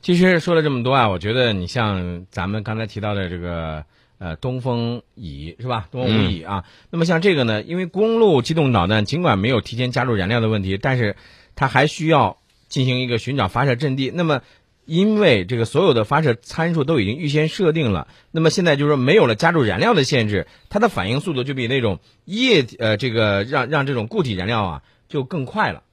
其实说了这么多啊，我觉得你像咱们刚才提到的这个呃东风乙是吧？东风无乙啊，那么像这个呢，因为公路机动导弹尽管没有提前加入燃料的问题，但是它还需要进行一个寻找发射阵地。那么因为这个所有的发射参数都已经预先设定了，那么现在就是说没有了加入燃料的限制，它的反应速度就比那种液体呃这个让让这种固体燃料啊就更快了。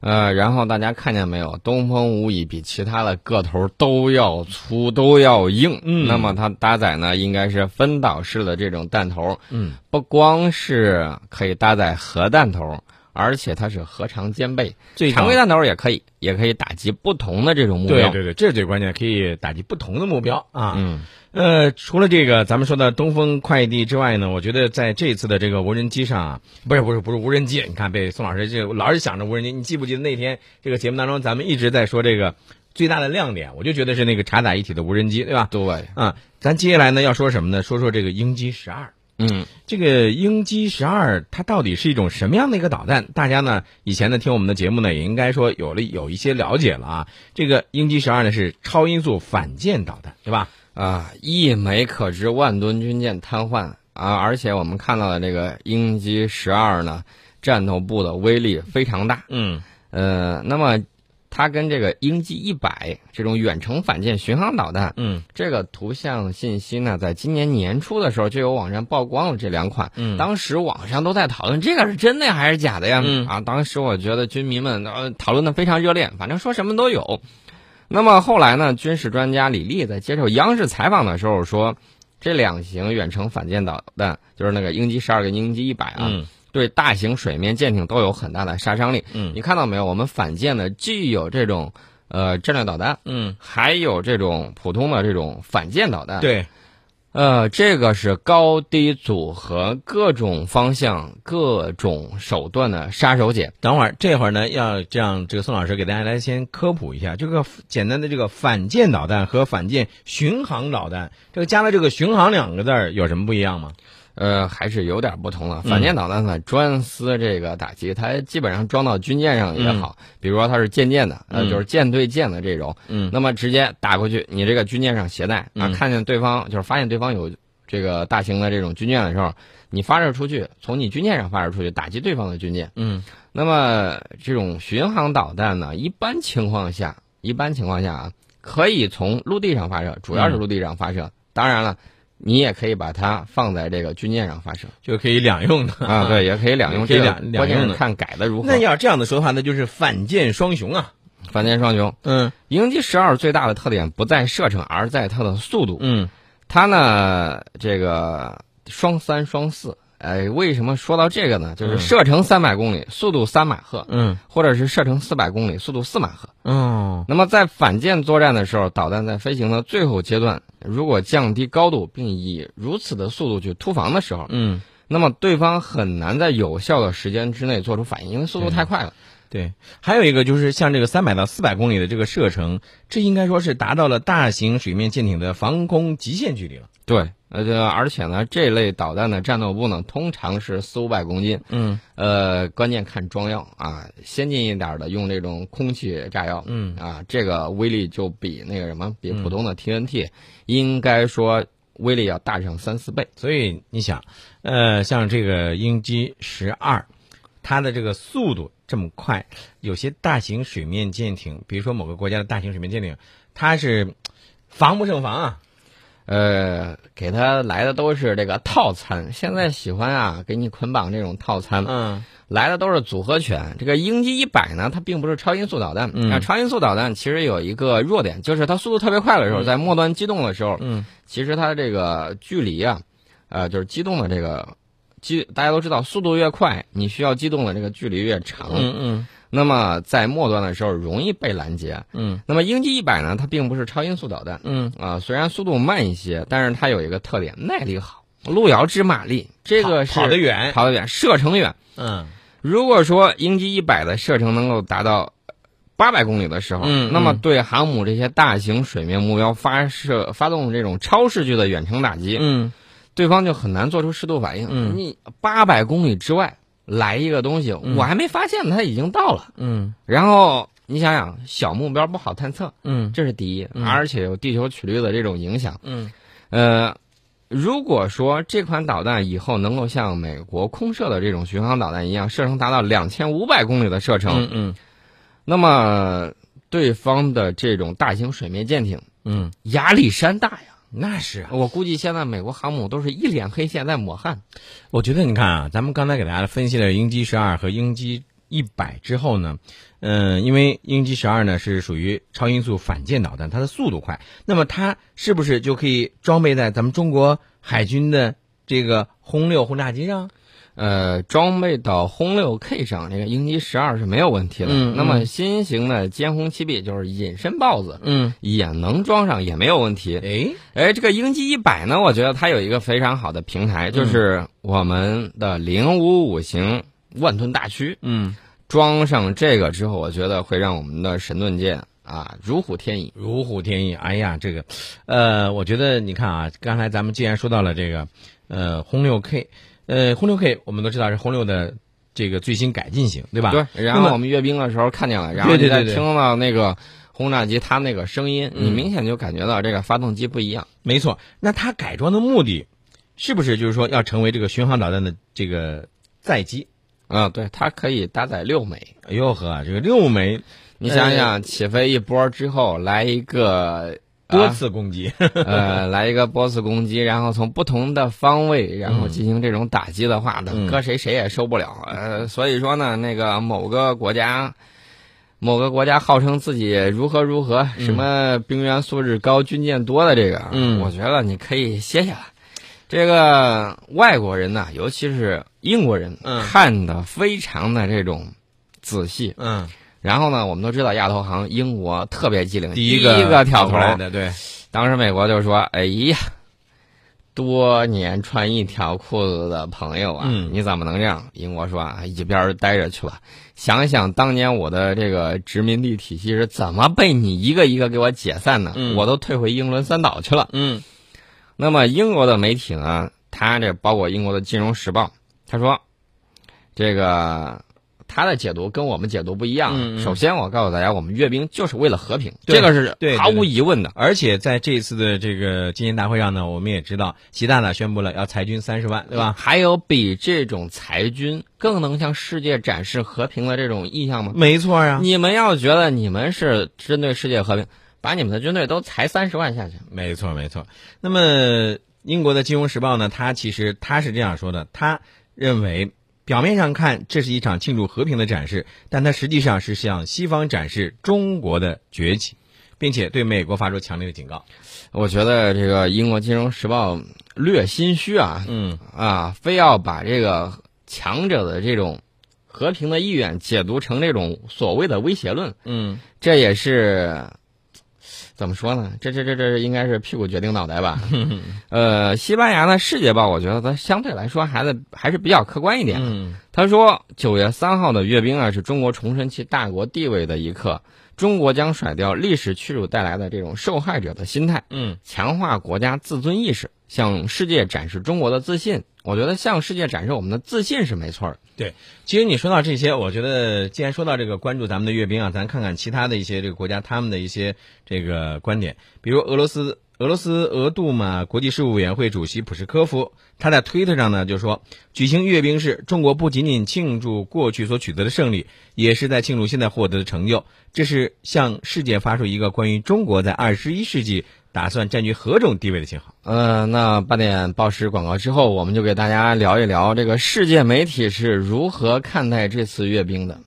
呃，然后大家看见没有，东风无乙比其他的个头都要粗，都要硬。嗯那么它搭载呢，应该是分导式的这种弹头，嗯，不光是可以搭载核弹头，而且它是核常兼备，最啊常常规规的弹头也可以，也可以打击不同的这种目对标。对对，这是最关键，可以打击不同的目标啊。嗯，呃，除了这个咱们说的东风快递之外呢，我觉得在这次的这个无人机上啊，不是不是不是无人机，你看被宋老师这个老是想着无人机，你记不记得那天这个节目当中咱们一直在说这个最大的亮点，我就觉得是那个察打一体的无人机，对吧？对，啊，咱接下来呢要说什么呢？说说这个鹰击十二。嗯，这个鹰击十二它到底是一种什么样的一个导弹？大家呢以前呢听我们的节目呢也应该说有了有一些了解了啊。这个鹰击十二呢是超音速反舰导弹，对吧？啊，一枚可知万吨军舰瘫痪啊！而且我们看到的这个鹰击十二呢，战斗部的威力非常大。嗯呃，那么它跟这个鹰击一百这种远程反舰巡航导弹，嗯这个图像信息呢，在今年年初的时候就有网站曝光了这两款。嗯当时网上都在讨论这个是真的还是假的呀？嗯啊，当时我觉得军迷们呃讨论的非常热烈，反正说什么都有。那么后来呢，军事专家李立在接受央视采访的时候说，这两型远程反舰导弹，就是那个鹰击十二跟鹰击一百啊，嗯对大型水面舰艇都有很大的杀伤力。嗯你看到没有？我们反舰呢，既有这种呃战略导弹，嗯，还有这种普通的这种反舰导弹。，对，呃，这个是高低组合、各种方向、各种手段的杀手锏。等会儿这会儿呢要这样，这个宋老师给大家来先科普一下，这个简单的这个反舰导弹和反舰巡航导弹，这个加了这个巡航两个字儿有什么不一样吗？呃，还是有点不同的。嗯反舰导弹呢，专司这个打击，它基本上装到军舰上也好，比如说它是舰舰的，呃，嗯就是舰对舰的这种，嗯那么直接打过去，你这个军舰上携带啊，嗯看见对方就是发现对方有这个大型的这种军舰的时候，你发射出去，从你军舰上发射出去，打击对方的军舰。嗯那么这种巡航导弹呢，一般情况下，一般情况下啊，可以从陆地上发射，主要是陆地上发射。当然了，你也可以把它放在这个军舰上发射就可以两用的啊，对，也可以两用，嗯可以这个两两关键用是的看改的如那何。要这样的说的话，那就是反舰双雄啊。反舰双雄，嗯鹰击十二最大的特点不在射程，而在它的速度。嗯它呢，这个双三双四，哎，为什么说到这个呢？就是嗯射程三百公里，速度三马赫，嗯或者是射程四百公里，速度四马赫。哦那么在反舰作战的时候，导弹在飞行的最后阶段，如果降低高度并以如此的速度去突防的时候，嗯，那么对方很难在有效的时间之内做出反应，因为速度太快了。对。还有一个就是像这个三百到四百公里的这个射程，这应该说是达到了大型水面舰艇的防空极限距离了。对，呃，这而且呢，这类导弹的战斗部呢，通常是四五百公斤，嗯呃，关键看装药啊，先进一点的用这种空气炸药，嗯啊，这个威力就比那个什么，比普通的 TNT，、应该说威力要大上三四倍。所以你想，呃，像这个鹰击十二，它的这个速度这么快，有些大型水面舰艇，比如说某个国家的大型水面舰艇，它是防不胜防啊。呃，给他来的都是这个套餐，现在喜欢啊，给你捆绑这种套餐，嗯来的都是组合拳。这个鹰击一百呢，它并不是超音速导弹，嗯啊，超音速导弹其实有一个弱点，就是它速度特别快的时候，在末端机动的时候，嗯其实它这个距离啊，呃，就是机动的这个机，大家都知道，速度越快，你需要机动的这个距离越长。嗯嗯那么在末端的时候容易被拦截。嗯那么鹰击一百呢，它并不是超音速导弹嗯，啊、虽然速度慢一些，但是它有一个特点，耐力好，路遥知马力。这个是跑跑得远。跑得远，射程远。嗯如果说鹰击一百的射程能够达到八百公里的时候，嗯那么嗯对航母这些大型水面目标发射发动这种超视距的远程打击，嗯。对方就很难做出适度反应。嗯你八百公里之外来一个东西，嗯我还没发现呢它已经到了，嗯然后你想想，小目标不好探测，嗯这是第一，嗯而且有地球曲率的这种影响。嗯呃，如果说这款导弹以后能够像美国空射的这种巡航导弹一样，射程达到两千五百公里的射程，嗯嗯那么对方的这种大型水面舰艇嗯，压力山大呀！那是啊。我估计现在美国航母都是一脸黑线在抹汗。我觉得你看啊，咱们刚才给大家分析了鹰击十二和鹰击一百之后呢，嗯、因为鹰击十二呢是属于超音速反舰导弹，它的速度快，那么它是不是就可以装备在咱们中国海军的这个轰六轰炸机上？呃，装备到轰六 K 上，这个鹰击十二是没有问题的。嗯那么新型的歼轰七 B 就是隐身豹子，嗯，也能装上，也没有问题。哎，哎，这个鹰击一百呢，我觉得它有一个非常好的平台，嗯就是我们的零五五型万吨大驱，嗯，装上这个之后，我觉得会让我们的神盾舰啊如虎添翼。如虎添翼。哎呀，这个，呃，我觉得你看啊，刚才咱们既然说到了这个，呃，轰六 K，呃，轰六 K 我们都知道是轰六的这个最新改进型，对吧？对，然啊那后么我们阅兵的时候看见了，然后对对你再对对听到那个轰炸机它那个声音，嗯你明显就感觉到这个发动机不一样。没错，那它改装的目的，是不是就是说要成为这个巡航导弹的这个载机？啊、对，它可以搭载六枚。哎呦呵，这个六枚你想想，起飞一波之后，来一个多啊次攻击， 呃，来一个波斯攻击，然后从不同的方位，然后进行这种打击的话呢，嗯搁谁谁也受不了。呃，所以说呢，那个某个国家，某个国家号称自己如何如何，什么兵员素质高、军舰多的这个，嗯我觉得你可以歇歇了。这个外国人呢，尤其是英国人，嗯看的非常的这种仔细。嗯，然后呢，我们都知道亚投行英国特别机灵， 第一个跳过投来的，对，当时美国就说：“哎呀，多年穿一条裤子的朋友啊，嗯你怎么能这样？”英国说：“啊，一边儿待着去吧，想想当年我的这个殖民地体系是怎么被你一个一个给我解散的，嗯我都退回英伦三岛去了。嗯”那么英国的媒体呢，它这包括英国的《金融时报》，他说：“这个。”他的解读跟我们解读不一样。啊嗯嗯首先，我告诉大家，我们阅兵就是为了和平，对这个是对对毫无疑问的。而且在这次的这个纪念大会上呢，我们也知道，习大大宣布了要裁军三十万，对吧？还有比这种裁军更能向世界展示和平的这种意向吗？没错啊，你们要觉得你们是针对世界和平，把你们的军队都裁三十万下去。没错没错。那么英国的《金融时报》呢，它其实它是这样说的，它认为表面上看这是一场庆祝和平的展示，但它实际上是向西方展示中国的崛起，并且对美国发出强烈的警告。我觉得这个英国《金融时报》略心虚啊嗯啊，非要把这个强者的这种和平的意愿解读成这种所谓的威胁论，嗯，这也是怎么说呢？这这这这应该是屁股决定脑袋吧？ 呃，西班牙呢，《世界报》我觉得它相对来说还在还是比较客观一点。嗯他说，九月三号的阅兵啊，是中国重申其大国地位的一刻。中国将甩掉历史屈辱带来的这种受害者的心态，嗯强化国家自尊意识，向世界展示中国的自信。我觉得向世界展示我们的自信是没错儿的。其实你说到这些，我觉得既然说到这个关注咱们的阅兵啊，咱看看其他的一些这个国家他们的一些这个观点，比如俄罗斯。俄罗斯俄杜马国际事务委员会主席普什科夫，他在推特上呢就说，举行阅兵式，中国不仅仅庆祝过去所取得的胜利，也是在庆祝现在获得的成就。这是向世界发出一个关于中国在二十一世纪打算占据何种地位的信号。呃，那八点报时广告之后，我们就给大家聊一聊这个世界媒体是如何看待这次阅兵的。